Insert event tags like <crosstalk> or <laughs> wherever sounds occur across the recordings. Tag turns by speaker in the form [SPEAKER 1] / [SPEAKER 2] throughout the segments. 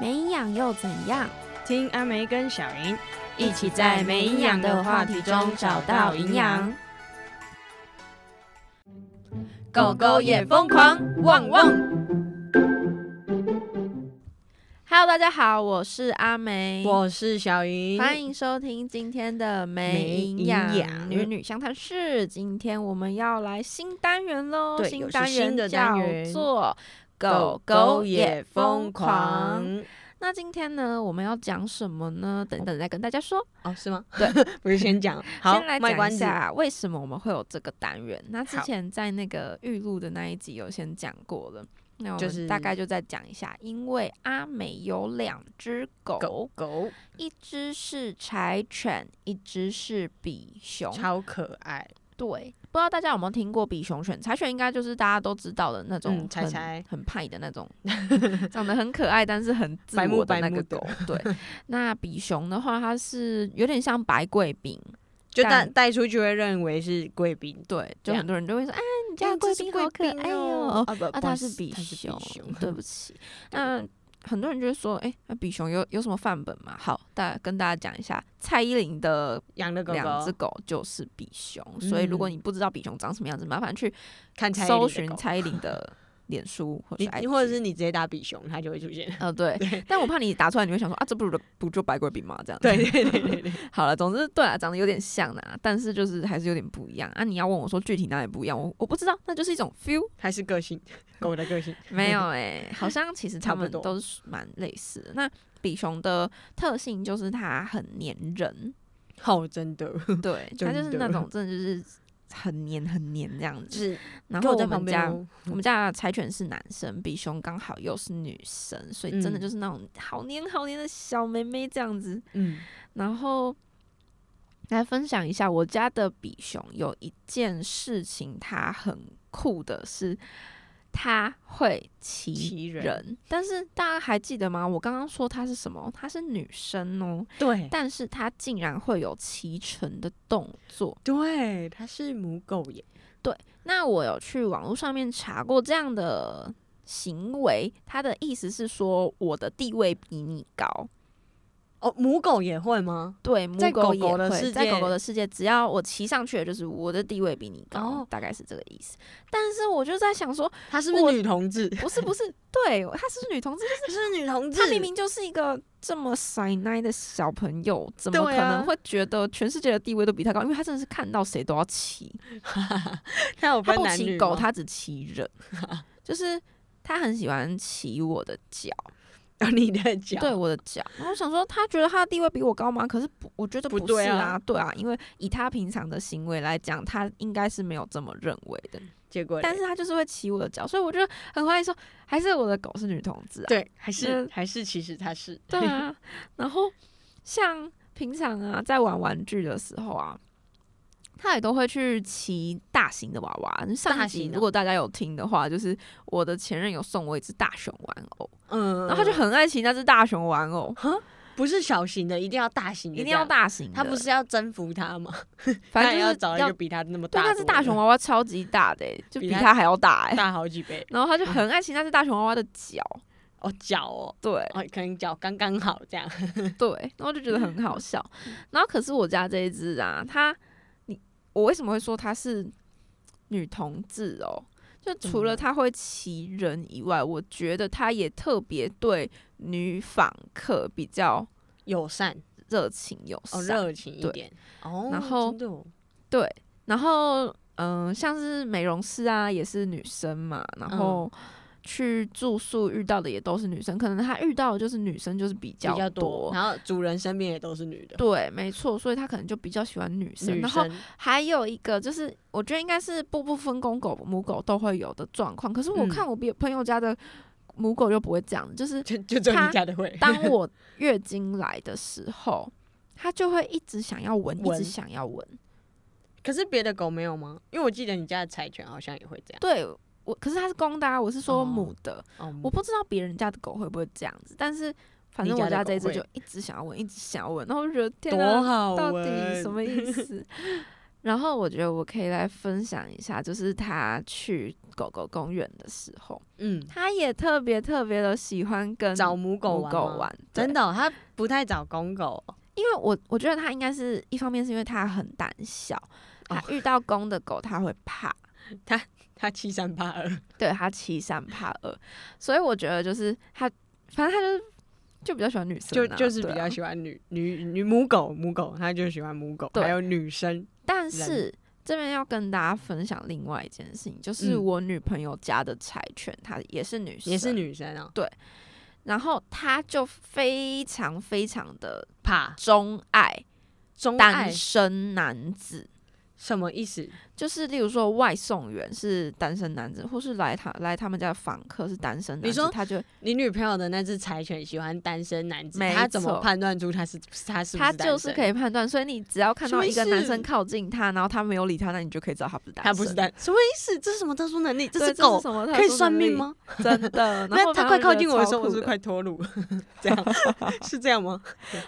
[SPEAKER 1] 没营养又怎样？
[SPEAKER 2] 听阿梅跟小云
[SPEAKER 1] 一起在没营养的话题中找到营养。狗狗也疯狂，汪汪！Hello，大家好，我是阿梅，
[SPEAKER 2] 我是小云，
[SPEAKER 1] 欢迎收听今天的
[SPEAKER 2] 没
[SPEAKER 1] 没营
[SPEAKER 2] 营
[SPEAKER 1] 养
[SPEAKER 2] 养
[SPEAKER 1] 女女相谈室。今天我们要来新单元喽，
[SPEAKER 2] 对
[SPEAKER 1] 新
[SPEAKER 2] 又是
[SPEAKER 1] 单
[SPEAKER 2] 新
[SPEAKER 1] 元
[SPEAKER 2] 的单
[SPEAKER 1] 叫
[SPEAKER 2] 元
[SPEAKER 1] 做“狗狗也疯狂”。那今天呢，我们要讲什么呢？等等再跟大家说。
[SPEAKER 2] 哦，是吗？
[SPEAKER 1] 对，
[SPEAKER 2] <laughs> 不是
[SPEAKER 1] <laughs>
[SPEAKER 2] 先讲好，
[SPEAKER 1] 先来
[SPEAKER 2] 卖
[SPEAKER 1] 讲
[SPEAKER 2] 关
[SPEAKER 1] 一
[SPEAKER 2] 子。
[SPEAKER 1] 下为什么我们会有这个单元。那之
[SPEAKER 2] 好
[SPEAKER 1] 前在那个预录的那一集有先讲过了，那我
[SPEAKER 2] 就
[SPEAKER 1] 们
[SPEAKER 2] 是
[SPEAKER 1] 大概就再讲一下，因为阿美有两只狗，
[SPEAKER 2] 狗狗
[SPEAKER 1] 一只是柴犬，一只是比熊。
[SPEAKER 2] 超可爱，
[SPEAKER 1] 对，不知道大家有没有听过比熊犬？柴犬应该就是大家都知道的那种很、
[SPEAKER 2] 嗯柴柴
[SPEAKER 1] 很派的那
[SPEAKER 2] <laughs>
[SPEAKER 1] 种，长得很可爱，但是很自
[SPEAKER 2] 白目
[SPEAKER 1] 我的
[SPEAKER 2] 白
[SPEAKER 1] 那个
[SPEAKER 2] 目的
[SPEAKER 1] 狗。对，那比熊的话，它是有点像白贵宾，
[SPEAKER 2] 就带
[SPEAKER 1] 但
[SPEAKER 2] 带出去会认为是贵宾。
[SPEAKER 1] 对，就
[SPEAKER 2] 这
[SPEAKER 1] 很多人就会说啊，你
[SPEAKER 2] 这
[SPEAKER 1] 家的贵
[SPEAKER 2] 是
[SPEAKER 1] 宾好可爱
[SPEAKER 2] 哦
[SPEAKER 1] 哦，。
[SPEAKER 2] 啊不，
[SPEAKER 1] 啊，
[SPEAKER 2] 不好
[SPEAKER 1] 它
[SPEAKER 2] 意
[SPEAKER 1] 是
[SPEAKER 2] 思
[SPEAKER 1] 比
[SPEAKER 2] 它是
[SPEAKER 1] 熊，
[SPEAKER 2] 熊
[SPEAKER 1] <laughs> 对不起。那很多人就会说，哎、那比熊有有什么范本吗？好，大跟大家讲一下，蔡依林的
[SPEAKER 2] 养的狗
[SPEAKER 1] 两只
[SPEAKER 2] 狗，
[SPEAKER 1] 狗就是比熊，所以如果
[SPEAKER 2] 嗯
[SPEAKER 1] 你不知道比熊长什么样子，麻烦去
[SPEAKER 2] 看起来
[SPEAKER 1] 搜寻蔡 <laughs> 依林的脸书或者
[SPEAKER 2] 你
[SPEAKER 1] 是 IG
[SPEAKER 2] 你或者是你直接打比熊，它就会出
[SPEAKER 1] <laughs>
[SPEAKER 2] 现。
[SPEAKER 1] 呃对，但我怕你打出来你会想说啊，这不如不就白贵宾吗？这样子
[SPEAKER 2] 对对对对对，
[SPEAKER 1] 好了，总之对啊，长得有点像啦，但是就是还是有点不一样啊。你要问我说具体哪里不一样，我我不知道，那就是一种 feel。
[SPEAKER 2] 还是个 <laughs> 性，狗的个性。
[SPEAKER 1] <laughs> 没有哎、好像其实
[SPEAKER 2] 欸差
[SPEAKER 1] 他
[SPEAKER 2] 不
[SPEAKER 1] 们
[SPEAKER 2] 多
[SPEAKER 1] 都是蛮类似的。那比熊的特性就是它很粘人，
[SPEAKER 2] 好，真的
[SPEAKER 1] 对，它就是
[SPEAKER 2] 嗯真
[SPEAKER 1] 那
[SPEAKER 2] 的
[SPEAKER 1] 种真的就是很黏很黏这样
[SPEAKER 2] 就
[SPEAKER 1] 子。
[SPEAKER 2] 是
[SPEAKER 1] 然
[SPEAKER 2] 给
[SPEAKER 1] 后
[SPEAKER 2] 我
[SPEAKER 1] 我
[SPEAKER 2] 在旁
[SPEAKER 1] 们
[SPEAKER 2] 边
[SPEAKER 1] 家
[SPEAKER 2] 哦。
[SPEAKER 1] 我们家的柴犬是男生，比熊刚好又是女生，所以真的
[SPEAKER 2] 嗯
[SPEAKER 1] 就是那种好黏好黏的小妹妹这样子。
[SPEAKER 2] 嗯，
[SPEAKER 1] 然后来分享一下我家的比熊有一件事情，它很酷的是，它会骑
[SPEAKER 2] 奇人
[SPEAKER 1] 人。但是大家还记得吗？我刚刚说它是什么？它是女生哦，
[SPEAKER 2] 对
[SPEAKER 1] 但是它竟然会有骑乘的动作。
[SPEAKER 2] 对，它是母狗耶。
[SPEAKER 1] 那我有去网络上面查过这样的行为，它的意思是说我的地位比你高。
[SPEAKER 2] 哦，母狗也会吗？
[SPEAKER 1] 对，母
[SPEAKER 2] 在
[SPEAKER 1] 狗
[SPEAKER 2] 狗
[SPEAKER 1] 也
[SPEAKER 2] 狗的
[SPEAKER 1] 会
[SPEAKER 2] 世
[SPEAKER 1] 在狗
[SPEAKER 2] 界
[SPEAKER 1] 狗的世界，只要我骑上去了，就是我的地位比你高，
[SPEAKER 2] 哦
[SPEAKER 1] 大概是这个意思。但是我就在想说，
[SPEAKER 2] 它是不是
[SPEAKER 1] 我
[SPEAKER 2] 女同 <laughs> 志？
[SPEAKER 1] 不是不是， <laughs> 对，她是不是女同志，就是
[SPEAKER 2] 它是女同志
[SPEAKER 1] 她明明就是一个这么塞奶的小朋友，怎么可
[SPEAKER 2] 对啊
[SPEAKER 1] 能会觉得全世界的地位都比她高？因为她真的是看到谁都要骑，
[SPEAKER 2] 它有
[SPEAKER 1] 她
[SPEAKER 2] 分
[SPEAKER 1] 不
[SPEAKER 2] 男
[SPEAKER 1] 骑
[SPEAKER 2] 女
[SPEAKER 1] 狗，
[SPEAKER 2] 吗
[SPEAKER 1] 她只骑
[SPEAKER 2] <laughs>
[SPEAKER 1] 人，就是她很喜欢骑我的脚，
[SPEAKER 2] 哦你的脚
[SPEAKER 1] 对我的脚。然后我想说，他觉得他的地位比我高吗？可是不，我觉得
[SPEAKER 2] 不
[SPEAKER 1] 是
[SPEAKER 2] 对啊
[SPEAKER 1] 对啊，因为以他平常的行为来讲，他应该是没有这么认为的。
[SPEAKER 2] 结果嘞，
[SPEAKER 1] 但是他就是会骑我的脚，所以我就很怀疑说，还是我的狗是女同志啊？
[SPEAKER 2] 对，还是
[SPEAKER 1] 嗯
[SPEAKER 2] 还是其实它是
[SPEAKER 1] 对啊。然后像平常啊，在玩玩具的时候啊。他也都会去骑大型的娃娃。上
[SPEAKER 2] 大
[SPEAKER 1] 一集
[SPEAKER 2] 型的
[SPEAKER 1] 如果大家有听的话，就是我的前任有送我一只大熊玩偶，
[SPEAKER 2] 嗯，
[SPEAKER 1] 然后他就很爱骑那只大熊玩偶，
[SPEAKER 2] 不是小型的，一定要大型的，
[SPEAKER 1] 一定要。大型的。
[SPEAKER 2] 它不是要征服它吗？
[SPEAKER 1] 反正
[SPEAKER 2] 那也
[SPEAKER 1] 就是
[SPEAKER 2] 要找一个比它那么
[SPEAKER 1] 对，
[SPEAKER 2] 大，
[SPEAKER 1] 那只大熊，娃娃超级大的欸、就比
[SPEAKER 2] 比它
[SPEAKER 1] 它还要大哎、
[SPEAKER 2] 大嗯好几倍
[SPEAKER 1] 然后他就很爱骑那只大熊娃娃的脚，
[SPEAKER 2] 哦，脚哦，
[SPEAKER 1] 对
[SPEAKER 2] 哦，可能脚刚刚好这样，
[SPEAKER 1] 对，然后就觉得很好笑。
[SPEAKER 2] 嗯
[SPEAKER 1] 然后可是我家这一只啊，它你我为什么会说它是女同志哦？就
[SPEAKER 2] 怎
[SPEAKER 1] 除
[SPEAKER 2] 么
[SPEAKER 1] 了
[SPEAKER 2] 了
[SPEAKER 1] 它会骑人以外，我觉得它也特别对女访客比较
[SPEAKER 2] <laughs> 友善
[SPEAKER 1] 热情友
[SPEAKER 2] 哦，
[SPEAKER 1] 善。
[SPEAKER 2] 热情一
[SPEAKER 1] 对
[SPEAKER 2] 点哦，
[SPEAKER 1] 然后
[SPEAKER 2] 真的哦
[SPEAKER 1] 对，然后嗯、呃像是美容师啊，也是女生嘛，
[SPEAKER 2] 嗯
[SPEAKER 1] 然后去住宿遇到的也都是女生，可能她遇到的就是女生就是比较
[SPEAKER 2] 比较多，然后主人身边也都是女的，
[SPEAKER 1] 对，没错，所以她可能就比较喜欢女生。
[SPEAKER 2] 女
[SPEAKER 1] 然后
[SPEAKER 2] 生
[SPEAKER 1] 还有一个就是，我觉得应该是步步分公狗母狗都会有的状况。可是我
[SPEAKER 2] 嗯
[SPEAKER 1] 看我别朋友家的母狗就不会这样，就是
[SPEAKER 2] 就就只有
[SPEAKER 1] 他
[SPEAKER 2] 你家的会， <laughs>
[SPEAKER 1] 当我月经来的时候，它就会一直想要闻，一直
[SPEAKER 2] 闻
[SPEAKER 1] 想要闻。
[SPEAKER 2] 可是别的狗没有吗？因为我记得你家的柴犬好像也会这样。
[SPEAKER 1] 对我，可是它是公的、啊，我是说
[SPEAKER 2] 哦
[SPEAKER 1] 母的。
[SPEAKER 2] 哦，
[SPEAKER 1] 我不知道别人家的狗会不会这样子，但是反正
[SPEAKER 2] 你
[SPEAKER 1] 我
[SPEAKER 2] 家
[SPEAKER 1] 家
[SPEAKER 2] 的
[SPEAKER 1] 这一
[SPEAKER 2] 狗
[SPEAKER 1] 只
[SPEAKER 2] 会
[SPEAKER 1] 就一直想要闻，一直想要闻，然后我就觉得天
[SPEAKER 2] 多
[SPEAKER 1] 啊，
[SPEAKER 2] 好
[SPEAKER 1] 到
[SPEAKER 2] 闻，
[SPEAKER 1] 底什么意思？然后我觉得我可以来分享一下，就是他去狗狗公园的时候，
[SPEAKER 2] 嗯，
[SPEAKER 1] 他也特别特别的喜欢跟
[SPEAKER 2] 找母狗
[SPEAKER 1] 母
[SPEAKER 2] 玩
[SPEAKER 1] 狗
[SPEAKER 2] 吗，
[SPEAKER 1] 玩，对
[SPEAKER 2] 真的哦、他不太找公狗哦，
[SPEAKER 1] 因为我我觉得他应该是一方面是因为他很胆小，
[SPEAKER 2] 哦
[SPEAKER 1] 他遇到公的狗他会怕，
[SPEAKER 2] 他七三八二，
[SPEAKER 1] 对他欺善怕恶，所以我觉得就是他，反正他就是就比较喜欢女生
[SPEAKER 2] 就
[SPEAKER 1] 啊、
[SPEAKER 2] 就是比
[SPEAKER 1] 对啊
[SPEAKER 2] 较喜欢女女女母狗母狗，他就喜欢母狗，
[SPEAKER 1] 对
[SPEAKER 2] 还有女生，
[SPEAKER 1] 但是这边要跟大家分享另外一件事情，就是
[SPEAKER 2] 嗯
[SPEAKER 1] 我女朋友家的柴犬，它也是女生，
[SPEAKER 2] 也是，女生哦，
[SPEAKER 1] 然后她就非常非常的
[SPEAKER 2] 怕
[SPEAKER 1] 钟爱
[SPEAKER 2] 钟爱
[SPEAKER 1] 单身男子。
[SPEAKER 2] 什么意思？
[SPEAKER 1] 就是例如说外送员是单身男子，或是来他来他们家的访客是单身男子，
[SPEAKER 2] 你说
[SPEAKER 1] 他就
[SPEAKER 2] 你女朋友的那只柴犬喜欢单身男子，
[SPEAKER 1] 没
[SPEAKER 2] 他怎么
[SPEAKER 1] 错
[SPEAKER 2] 判断出他是他是不
[SPEAKER 1] 他
[SPEAKER 2] 是
[SPEAKER 1] 就
[SPEAKER 2] 单
[SPEAKER 1] 是
[SPEAKER 2] 身？
[SPEAKER 1] 可以判断，所以你只要看
[SPEAKER 2] 什
[SPEAKER 1] 到
[SPEAKER 2] 么
[SPEAKER 1] 一个
[SPEAKER 2] 意
[SPEAKER 1] 男
[SPEAKER 2] 思
[SPEAKER 1] 生靠近他，然后他没有理他，那你就可以知道他不是单身。
[SPEAKER 2] 他不是单，什么意思？这是什么特殊能力？
[SPEAKER 1] 对
[SPEAKER 2] 是
[SPEAKER 1] 这
[SPEAKER 2] 狗
[SPEAKER 1] 什么特
[SPEAKER 2] 可以
[SPEAKER 1] 殊
[SPEAKER 2] 算
[SPEAKER 1] 能
[SPEAKER 2] 命
[SPEAKER 1] 力？
[SPEAKER 2] 吗？
[SPEAKER 1] 真
[SPEAKER 2] <laughs>
[SPEAKER 1] 的。然
[SPEAKER 2] 那
[SPEAKER 1] 后
[SPEAKER 2] 他
[SPEAKER 1] 反
[SPEAKER 2] 快
[SPEAKER 1] 正
[SPEAKER 2] 靠
[SPEAKER 1] 觉
[SPEAKER 2] 近
[SPEAKER 1] 得
[SPEAKER 2] 我的
[SPEAKER 1] 超
[SPEAKER 2] 时候，我
[SPEAKER 1] 酷
[SPEAKER 2] 是
[SPEAKER 1] 的
[SPEAKER 2] 快脱乳， <laughs> 这样
[SPEAKER 1] <laughs>
[SPEAKER 2] 是这样吗？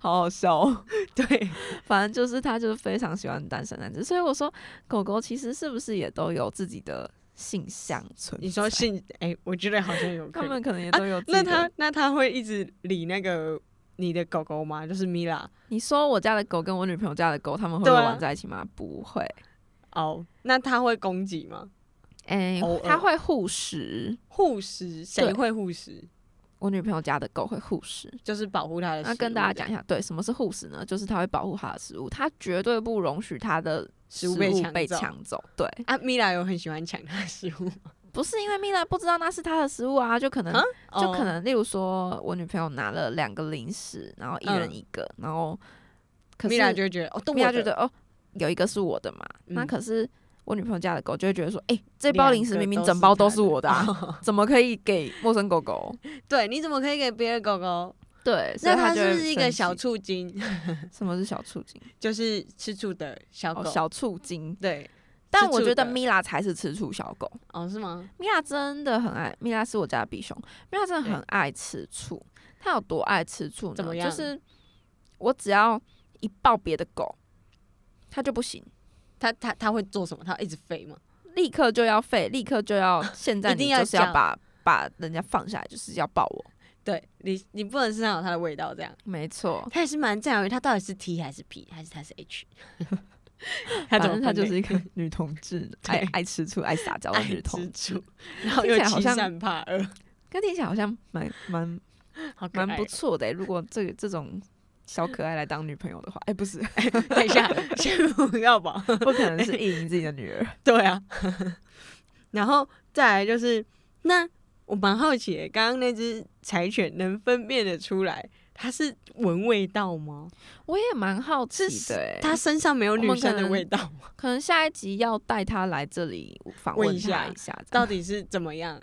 [SPEAKER 1] 好好笑、哦。
[SPEAKER 2] 对，
[SPEAKER 1] 反正就是他就是非常喜欢单身男子，所以我说狗狗其实是不是也都有自己的性向存在？
[SPEAKER 2] 你说性，哎、我觉得好像有可
[SPEAKER 1] 他
[SPEAKER 2] 能。
[SPEAKER 1] 们可能也都有自己的、
[SPEAKER 2] 啊那他那他会一直理那个你的狗狗吗？就是米拉
[SPEAKER 1] 你说我家的狗跟我女朋友家的狗，他们会不
[SPEAKER 2] 对
[SPEAKER 1] 会
[SPEAKER 2] 啊
[SPEAKER 1] 玩在一起吗？不会。
[SPEAKER 2] 哦，那他会攻击吗？
[SPEAKER 1] 哎、
[SPEAKER 2] 偶尔
[SPEAKER 1] 它会护食。
[SPEAKER 2] 护食谁
[SPEAKER 1] 对
[SPEAKER 2] 会护食？
[SPEAKER 1] 我女朋友家的狗会护食。
[SPEAKER 2] 就是保护它的。
[SPEAKER 1] 那跟大家讲，一下，对，什么是护食呢？就是它会保护它的食物，它绝对不容许它的
[SPEAKER 2] 食
[SPEAKER 1] 物
[SPEAKER 2] 物被抢
[SPEAKER 1] 被
[SPEAKER 2] 走
[SPEAKER 1] 抢走。对，
[SPEAKER 2] 啊，米拉有很喜欢抢它的食物，
[SPEAKER 1] 不是因为米拉不知道那是它的食物啊，就可能
[SPEAKER 2] 啊
[SPEAKER 1] 就可
[SPEAKER 2] 哦
[SPEAKER 1] 能，例如说我女朋友拿了两个零食，然后一人
[SPEAKER 2] 嗯
[SPEAKER 1] 一个，然后可是
[SPEAKER 2] 米拉就会觉得哦，动
[SPEAKER 1] 米
[SPEAKER 2] 物
[SPEAKER 1] 娅觉得哦，有一个是我的嘛，那
[SPEAKER 2] 嗯
[SPEAKER 1] 可是我女朋友家的狗就会觉得说，哎、这包零食明明整包
[SPEAKER 2] 包
[SPEAKER 1] 都是我的、啊，
[SPEAKER 2] <laughs>
[SPEAKER 1] 怎么可以给陌生狗狗？
[SPEAKER 2] 对，你怎么可以给别的狗 <laughs> 狗？
[SPEAKER 1] 对，所
[SPEAKER 2] 那
[SPEAKER 1] 以她
[SPEAKER 2] 它
[SPEAKER 1] 就是
[SPEAKER 2] 不
[SPEAKER 1] 会
[SPEAKER 2] 是一
[SPEAKER 1] 生
[SPEAKER 2] 个小
[SPEAKER 1] 气
[SPEAKER 2] 醋精，
[SPEAKER 1] 什么是小醋精？
[SPEAKER 2] <laughs> 就是吃醋的小
[SPEAKER 1] 哦，
[SPEAKER 2] 狗。
[SPEAKER 1] 小醋精。
[SPEAKER 2] 对，
[SPEAKER 1] 但我
[SPEAKER 2] 醋
[SPEAKER 1] 觉得
[SPEAKER 2] 的
[SPEAKER 1] 米拉才是吃醋小狗，
[SPEAKER 2] 哦，是吗？
[SPEAKER 1] 米拉真的很爱，米拉是我家的比熊，米拉真的
[SPEAKER 2] 对
[SPEAKER 1] 很爱吃醋。它有多爱吃醋呢？
[SPEAKER 2] 怎么
[SPEAKER 1] 就
[SPEAKER 2] 样
[SPEAKER 1] 是我只要一抱别的狗，它就不行，
[SPEAKER 2] 它它它会做什么？它一直飞吗？
[SPEAKER 1] 立刻就要废，立刻就要现在
[SPEAKER 2] 一定
[SPEAKER 1] 你
[SPEAKER 2] 要
[SPEAKER 1] 就是要
[SPEAKER 2] 讲
[SPEAKER 1] 把把人家放下来，就是要抱我。
[SPEAKER 2] 对你，你不能身上有它的味道，这样。
[SPEAKER 1] 没错，
[SPEAKER 2] 它也是蛮在于它到底是 T 还是 P 还是它是 H，它
[SPEAKER 1] 反
[SPEAKER 2] 怎么
[SPEAKER 1] 正她
[SPEAKER 2] 分
[SPEAKER 1] 就
[SPEAKER 2] 类
[SPEAKER 1] 是一个女同志，爱
[SPEAKER 2] <laughs> 对
[SPEAKER 1] 爱吃醋、爱撒娇的
[SPEAKER 2] 爱
[SPEAKER 1] 女同志，
[SPEAKER 2] 吃 <laughs> 醋，然后
[SPEAKER 1] 听
[SPEAKER 2] 又
[SPEAKER 1] 起来好
[SPEAKER 2] 欺
[SPEAKER 1] 像
[SPEAKER 2] 善怕恶， <laughs>
[SPEAKER 1] 跟听起来好像蛮蛮
[SPEAKER 2] 好可
[SPEAKER 1] 蛮
[SPEAKER 2] 爱
[SPEAKER 1] 不
[SPEAKER 2] 哦。
[SPEAKER 1] 错的欸、如果这个这种小可爱来当女朋友的话，哎、不
[SPEAKER 2] <laughs>
[SPEAKER 1] 是，
[SPEAKER 2] 等一下，先不要吧。
[SPEAKER 1] 不可能是意淫自己的女儿。
[SPEAKER 2] <laughs> 对啊，然后再来就是，那我蛮好奇的，刚刚那只柴犬能分辨得出来，它是闻味道吗？
[SPEAKER 1] 我也蛮好奇
[SPEAKER 2] 是
[SPEAKER 1] 的、欸，
[SPEAKER 2] 它身上没有
[SPEAKER 1] 我
[SPEAKER 2] 女
[SPEAKER 1] 们可
[SPEAKER 2] 生的
[SPEAKER 1] 能
[SPEAKER 2] 味道吗？
[SPEAKER 1] 可能下一集要带他来这里访
[SPEAKER 2] 问
[SPEAKER 1] 问
[SPEAKER 2] 一
[SPEAKER 1] 他
[SPEAKER 2] 下
[SPEAKER 1] 一下。这样
[SPEAKER 2] 到底是怎么样？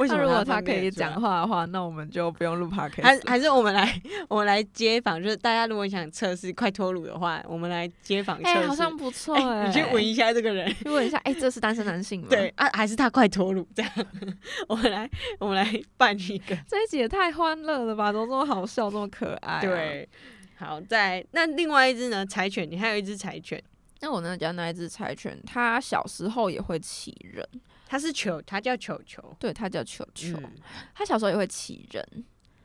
[SPEAKER 2] 为什
[SPEAKER 1] 那
[SPEAKER 2] 么
[SPEAKER 1] 如果
[SPEAKER 2] 它
[SPEAKER 1] 他
[SPEAKER 2] 分
[SPEAKER 1] 可
[SPEAKER 2] 辨
[SPEAKER 1] 以
[SPEAKER 2] 得出来
[SPEAKER 1] 讲话的话，那我们就不用录 podcast
[SPEAKER 2] <laughs> 还
[SPEAKER 1] 了。
[SPEAKER 2] 还是我们来，我们来街访，就是大家如果想测试快脱乳的话，我们来街访测
[SPEAKER 1] 哎、
[SPEAKER 2] 试。
[SPEAKER 1] 好像不错哎、
[SPEAKER 2] 哎你去闻一下这个人，
[SPEAKER 1] 去问一下，哎、这是单身男性吗？
[SPEAKER 2] 对，啊，还是他快脱乳这样。 <laughs> 我们来，我们来办一个。
[SPEAKER 1] 这一集也太欢乐了吧，怎么这么好笑，这么可爱、，啊
[SPEAKER 2] 对，啊好，再来那另外一只呢？柴犬，你还有一只柴犬，
[SPEAKER 1] 那我呢家那一只柴犬，它小时候也会骑人，
[SPEAKER 2] 它是球，它叫球球，
[SPEAKER 1] 对，它叫球球，
[SPEAKER 2] 嗯
[SPEAKER 1] 它小时候也会骑人，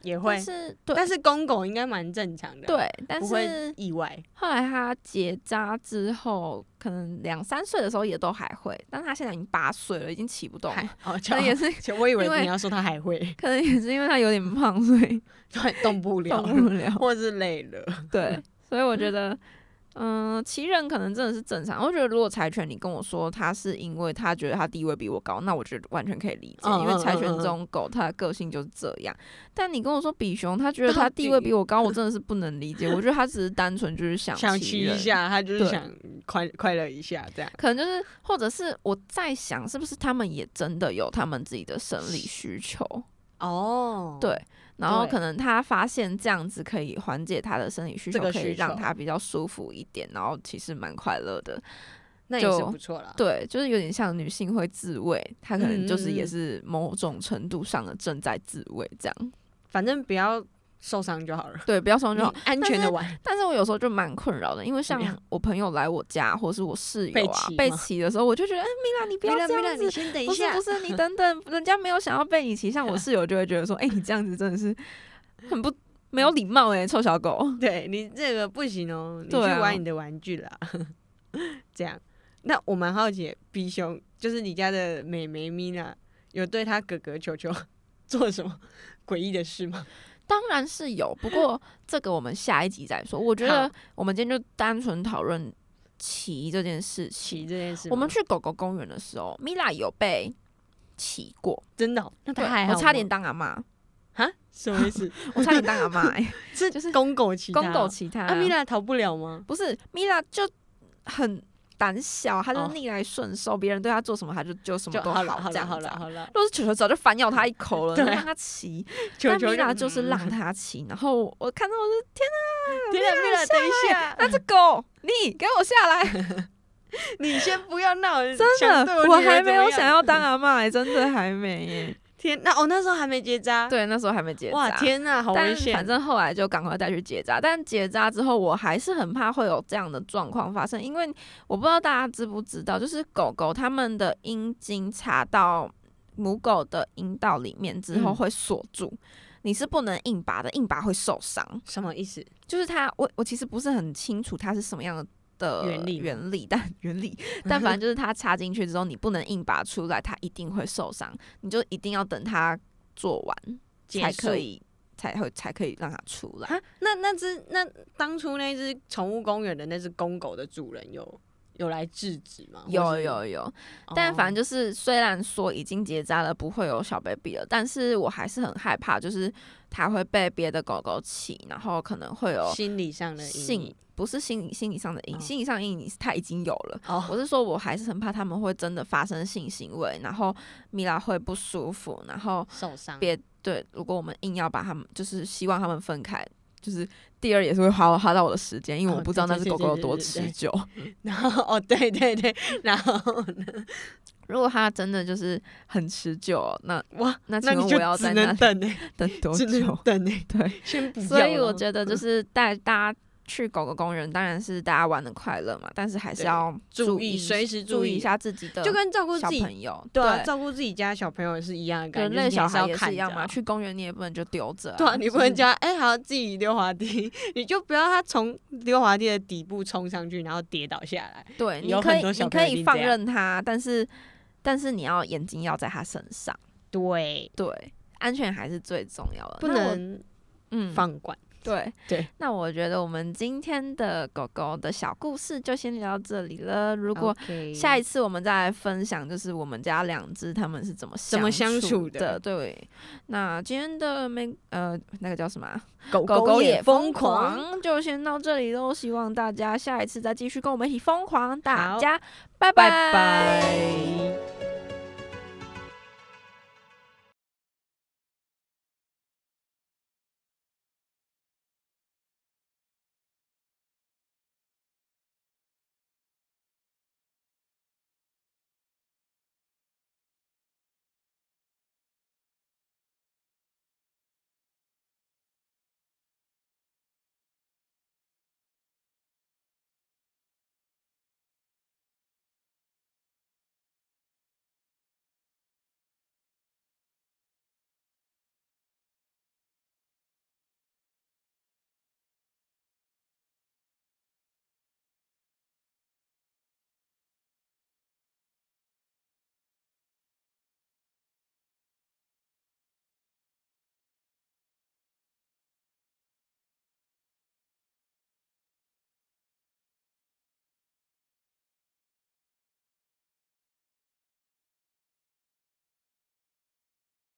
[SPEAKER 2] 也会
[SPEAKER 1] 但，是对
[SPEAKER 2] 但是公狗应该蛮正常的，，
[SPEAKER 1] 对，但
[SPEAKER 2] 不会
[SPEAKER 1] 是
[SPEAKER 2] 意外。
[SPEAKER 1] 后来它结扎之后，可能两三岁的时候也都还会，但它现在已经八岁了，已经骑不动
[SPEAKER 2] 还
[SPEAKER 1] 了，
[SPEAKER 2] 哦，
[SPEAKER 1] 可
[SPEAKER 2] 球
[SPEAKER 1] 能也是， <laughs>
[SPEAKER 2] 球，我以为
[SPEAKER 1] 因为
[SPEAKER 2] 你要说它
[SPEAKER 1] <laughs>
[SPEAKER 2] 还会，
[SPEAKER 1] 可能也是因为它有点胖，所以
[SPEAKER 2] 对，动不了，
[SPEAKER 1] 动不了。
[SPEAKER 2] <laughs>
[SPEAKER 1] <laughs>
[SPEAKER 2] 或是累了。
[SPEAKER 1] 对，所以我觉得，嗯，骑人可能真的是正常。我觉得如果柴犬，你跟我说它是因为它觉得它地位比我高，那我觉得完全可以理解，因为
[SPEAKER 2] 嗯
[SPEAKER 1] 柴犬
[SPEAKER 2] 嗯嗯嗯
[SPEAKER 1] 这种狗它的个性就是这样。但你跟我说比熊，它觉得
[SPEAKER 2] 到
[SPEAKER 1] 它地位
[SPEAKER 2] 底
[SPEAKER 1] 比我高，我真的是不能理解。我觉得它只是单纯就是想
[SPEAKER 2] 想
[SPEAKER 1] 骑
[SPEAKER 2] 骑一
[SPEAKER 1] 人。
[SPEAKER 2] 下，他就是
[SPEAKER 1] 对
[SPEAKER 2] 想快快乐一下这样。
[SPEAKER 1] 可能就是，或者是我在想，是不是他们也真的有他们自己的生理需求？
[SPEAKER 2] 哦
[SPEAKER 1] 对，然后
[SPEAKER 2] 对
[SPEAKER 1] 可能他发现这样子可以缓解他的生理需
[SPEAKER 2] 这
[SPEAKER 1] 求，
[SPEAKER 2] 个
[SPEAKER 1] 可以
[SPEAKER 2] 需
[SPEAKER 1] 让
[SPEAKER 2] 求
[SPEAKER 1] 他比较舒服一点，然后其实蛮快乐的。
[SPEAKER 2] 那也是
[SPEAKER 1] 就
[SPEAKER 2] 不错啦。
[SPEAKER 1] 对，就是有点像女性会自慰，她可能就是
[SPEAKER 2] 嗯嗯嗯
[SPEAKER 1] 也是某种程度上的正在自慰这样。
[SPEAKER 2] 反正不要受伤就好了，
[SPEAKER 1] 对，不要双就好。
[SPEAKER 2] 你安全的玩，
[SPEAKER 1] 但是我有时候就蛮困扰的，因为像
[SPEAKER 2] 怎么样
[SPEAKER 1] 我朋友来我家，或是我室
[SPEAKER 2] 被
[SPEAKER 1] 友啊
[SPEAKER 2] 骑
[SPEAKER 1] 被
[SPEAKER 2] 吗
[SPEAKER 1] 骑的时候，我就觉得，哎、米拉你不要
[SPEAKER 2] 没了
[SPEAKER 1] 这
[SPEAKER 2] 没了
[SPEAKER 1] 样子
[SPEAKER 2] 你，先等一
[SPEAKER 1] 不是
[SPEAKER 2] 下，
[SPEAKER 1] 不是，你等等，人家没有想要被你骑，像我室友就会觉得说，哎、你这样子真的是很不没有礼貌哎、臭小狗。
[SPEAKER 2] <laughs> 对你这个不行哦，你去
[SPEAKER 1] 对啊
[SPEAKER 2] 玩你的玩具啦。 <laughs> 这样，那我蛮好奇，B 兄就是你家的妹妹米娜，有对她哥哥球 <laughs> 球做什么诡异的事吗？
[SPEAKER 1] <laughs> 当然是有，不过 <laughs> 这个我们下一集再说。我觉
[SPEAKER 2] 好
[SPEAKER 1] 得我们今天就单纯讨论骑这件事
[SPEAKER 2] 骑
[SPEAKER 1] 情。
[SPEAKER 2] 这件事吗，
[SPEAKER 1] 我们去狗狗公园的时候，米拉有被骑过，
[SPEAKER 2] 真的哦、那
[SPEAKER 1] 对
[SPEAKER 2] 他还好
[SPEAKER 1] 我
[SPEAKER 2] 吗
[SPEAKER 1] 差点当阿 <laughs> 妈，
[SPEAKER 2] 啊，什么意思？
[SPEAKER 1] 我差点当阿妈、 <laughs> 欸，<laughs>
[SPEAKER 2] 是
[SPEAKER 1] 就是
[SPEAKER 2] 公狗骑他哦
[SPEAKER 1] 公狗骑它。
[SPEAKER 2] 啊，米娜逃不了吗？
[SPEAKER 1] 不是米拉就很胆小，他就
[SPEAKER 2] 哦
[SPEAKER 1] 逆来顺受，别、人对他做什么，他就就什么
[SPEAKER 2] 就
[SPEAKER 1] 都
[SPEAKER 2] 好了，好
[SPEAKER 1] 这
[SPEAKER 2] 了，
[SPEAKER 1] 样
[SPEAKER 2] 好
[SPEAKER 1] 子
[SPEAKER 2] 了，
[SPEAKER 1] 啊
[SPEAKER 2] 好了，
[SPEAKER 1] 若是球球早就反咬他一口
[SPEAKER 2] <laughs>
[SPEAKER 1] 了，
[SPEAKER 2] 对
[SPEAKER 1] 就让他骑。
[SPEAKER 2] 球
[SPEAKER 1] <laughs> 但
[SPEAKER 2] 球
[SPEAKER 1] 米拉就是让
[SPEAKER 2] 嗯
[SPEAKER 1] 他骑，然后我看到我就天
[SPEAKER 2] 等一下，
[SPEAKER 1] <laughs>
[SPEAKER 2] 米娜，等一下， <laughs>
[SPEAKER 1] 哪，那只狗，你给我下来！
[SPEAKER 2] 你先不要闹，
[SPEAKER 1] 真
[SPEAKER 2] 想
[SPEAKER 1] 的
[SPEAKER 2] 对，
[SPEAKER 1] 我
[SPEAKER 2] 女儿
[SPEAKER 1] 还
[SPEAKER 2] 怎
[SPEAKER 1] 没
[SPEAKER 2] 么
[SPEAKER 1] 有
[SPEAKER 2] 样
[SPEAKER 1] 想要当阿妈、真的还没
[SPEAKER 2] <laughs>
[SPEAKER 1] 耶。
[SPEAKER 2] 天，那我、哦、那时候还没结扎，，
[SPEAKER 1] 对，那时候还没结扎。
[SPEAKER 2] 哇，天呐，好危
[SPEAKER 1] 但
[SPEAKER 2] 险哦
[SPEAKER 1] 反，正后来就赶快带去结扎，但结扎之后，我还是很怕会有这样的状况发生，因为我不知道大家知不知道，就是狗狗它们的阴茎插到母狗的阴道里面之后
[SPEAKER 2] 嗯
[SPEAKER 1] 会锁住，你是不能硬拔的，硬拔会受伤。
[SPEAKER 2] 什么意思？
[SPEAKER 1] 就是它，我我其实不是很清楚它是什么样的。的
[SPEAKER 2] 原理吗
[SPEAKER 1] 原理，但原
[SPEAKER 2] <laughs>
[SPEAKER 1] 理，但反正就是它插进去之后，你不能硬拔出来，它一定会受伤，你就一定要等它做完
[SPEAKER 2] 结
[SPEAKER 1] 才
[SPEAKER 2] 束
[SPEAKER 1] 可以，才会才可以让它出来。
[SPEAKER 2] 啊？那那只那当初那只宠物公园的那只公狗的主人有有来制止吗？或
[SPEAKER 1] 有
[SPEAKER 2] 是，哦
[SPEAKER 1] 有有，但反正就
[SPEAKER 2] 就
[SPEAKER 1] 是，虽然说已经结扎了，不会有小 baby 了，但是我还是很害怕，就是它会被别的狗狗骑，然后可能会有
[SPEAKER 2] 心理上的阴
[SPEAKER 1] 性
[SPEAKER 2] 影，
[SPEAKER 1] 不是心理心理上的阴
[SPEAKER 2] 哦
[SPEAKER 1] 影，心理上的阴影它已经有了。
[SPEAKER 2] 哦，
[SPEAKER 1] 我是说，我还是很怕他们会真的发生性行为，然后米拉会不舒服，然后
[SPEAKER 2] 受伤
[SPEAKER 1] 别对，如果我们硬要把他们，就是希望他们分开，就是第二也是会花花到我的时间，因为我
[SPEAKER 2] 哦
[SPEAKER 1] 不知道
[SPEAKER 2] 对
[SPEAKER 1] 那
[SPEAKER 2] 对
[SPEAKER 1] 只
[SPEAKER 2] 对
[SPEAKER 1] 狗狗有
[SPEAKER 2] 对
[SPEAKER 1] 多
[SPEAKER 2] 对对
[SPEAKER 1] 持久。
[SPEAKER 2] 然后哦，对对对，然后呢？
[SPEAKER 1] 如果它真的就是很持久，哦
[SPEAKER 2] <laughs>
[SPEAKER 1] 那
[SPEAKER 2] 哇，
[SPEAKER 1] 那
[SPEAKER 2] 那
[SPEAKER 1] 请
[SPEAKER 2] 你
[SPEAKER 1] 问
[SPEAKER 2] 就
[SPEAKER 1] 我要
[SPEAKER 2] 只
[SPEAKER 1] 在
[SPEAKER 2] 能
[SPEAKER 1] 那
[SPEAKER 2] 等呢，
[SPEAKER 1] 等多
[SPEAKER 2] 只能
[SPEAKER 1] 久？
[SPEAKER 2] 等呢，
[SPEAKER 1] <laughs> 对，
[SPEAKER 2] 先不要了。嗯
[SPEAKER 1] 所以我觉得就是带大家去狗狗公园，当然是大家玩的快乐嘛，但是还是
[SPEAKER 2] 对
[SPEAKER 1] 要
[SPEAKER 2] 注意
[SPEAKER 1] 意
[SPEAKER 2] 随时注
[SPEAKER 1] 注
[SPEAKER 2] 意
[SPEAKER 1] 一下自己的
[SPEAKER 2] 就跟照顾
[SPEAKER 1] 小
[SPEAKER 2] 自己
[SPEAKER 1] 朋友，
[SPEAKER 2] 对啊，照顾自己家小朋友是一样的感
[SPEAKER 1] 人
[SPEAKER 2] 觉，
[SPEAKER 1] 类
[SPEAKER 2] 就是你
[SPEAKER 1] 小
[SPEAKER 2] 还是
[SPEAKER 1] 孩
[SPEAKER 2] 要
[SPEAKER 1] 也
[SPEAKER 2] 看
[SPEAKER 1] 是一样
[SPEAKER 2] 着
[SPEAKER 1] 嘛，
[SPEAKER 2] 啊
[SPEAKER 1] 去公园你也不能就丢着、啊，
[SPEAKER 2] 对啊，你
[SPEAKER 1] 就
[SPEAKER 2] 不能
[SPEAKER 1] 是
[SPEAKER 2] 叫他哎、好自己溜滑梯， <laughs> 你就不要他从溜滑梯的底部冲上去，然后跌倒下来。
[SPEAKER 1] 对，你
[SPEAKER 2] 有
[SPEAKER 1] 可
[SPEAKER 2] 很
[SPEAKER 1] 以
[SPEAKER 2] 多小
[SPEAKER 1] 你
[SPEAKER 2] 朋
[SPEAKER 1] 可
[SPEAKER 2] 友一
[SPEAKER 1] 以
[SPEAKER 2] 定
[SPEAKER 1] 放
[SPEAKER 2] 这样
[SPEAKER 1] 任他，但是但是你要眼睛要在他身上，
[SPEAKER 2] 对，
[SPEAKER 1] 对，安全还是最重要的，
[SPEAKER 2] 不
[SPEAKER 1] 那我
[SPEAKER 2] 能
[SPEAKER 1] 嗯
[SPEAKER 2] 放管。
[SPEAKER 1] 对
[SPEAKER 2] 对。
[SPEAKER 1] 那我觉得我们今天的狗狗的小故事就先聊到这里了，如果。下一
[SPEAKER 2] 一
[SPEAKER 1] 次我们再来分享，就是我们家两只它们是怎么
[SPEAKER 2] 怎么相
[SPEAKER 1] 处
[SPEAKER 2] 处的
[SPEAKER 1] 对，那今天的没呃那个叫什么啊、
[SPEAKER 2] 狗
[SPEAKER 1] 狗狗也
[SPEAKER 2] 也
[SPEAKER 1] 疯
[SPEAKER 2] 狂，
[SPEAKER 1] 狂，就先到这里喽。希望大家下一次再继续跟我们一起疯狂，大
[SPEAKER 2] 好
[SPEAKER 1] 家拜
[SPEAKER 2] 拜拜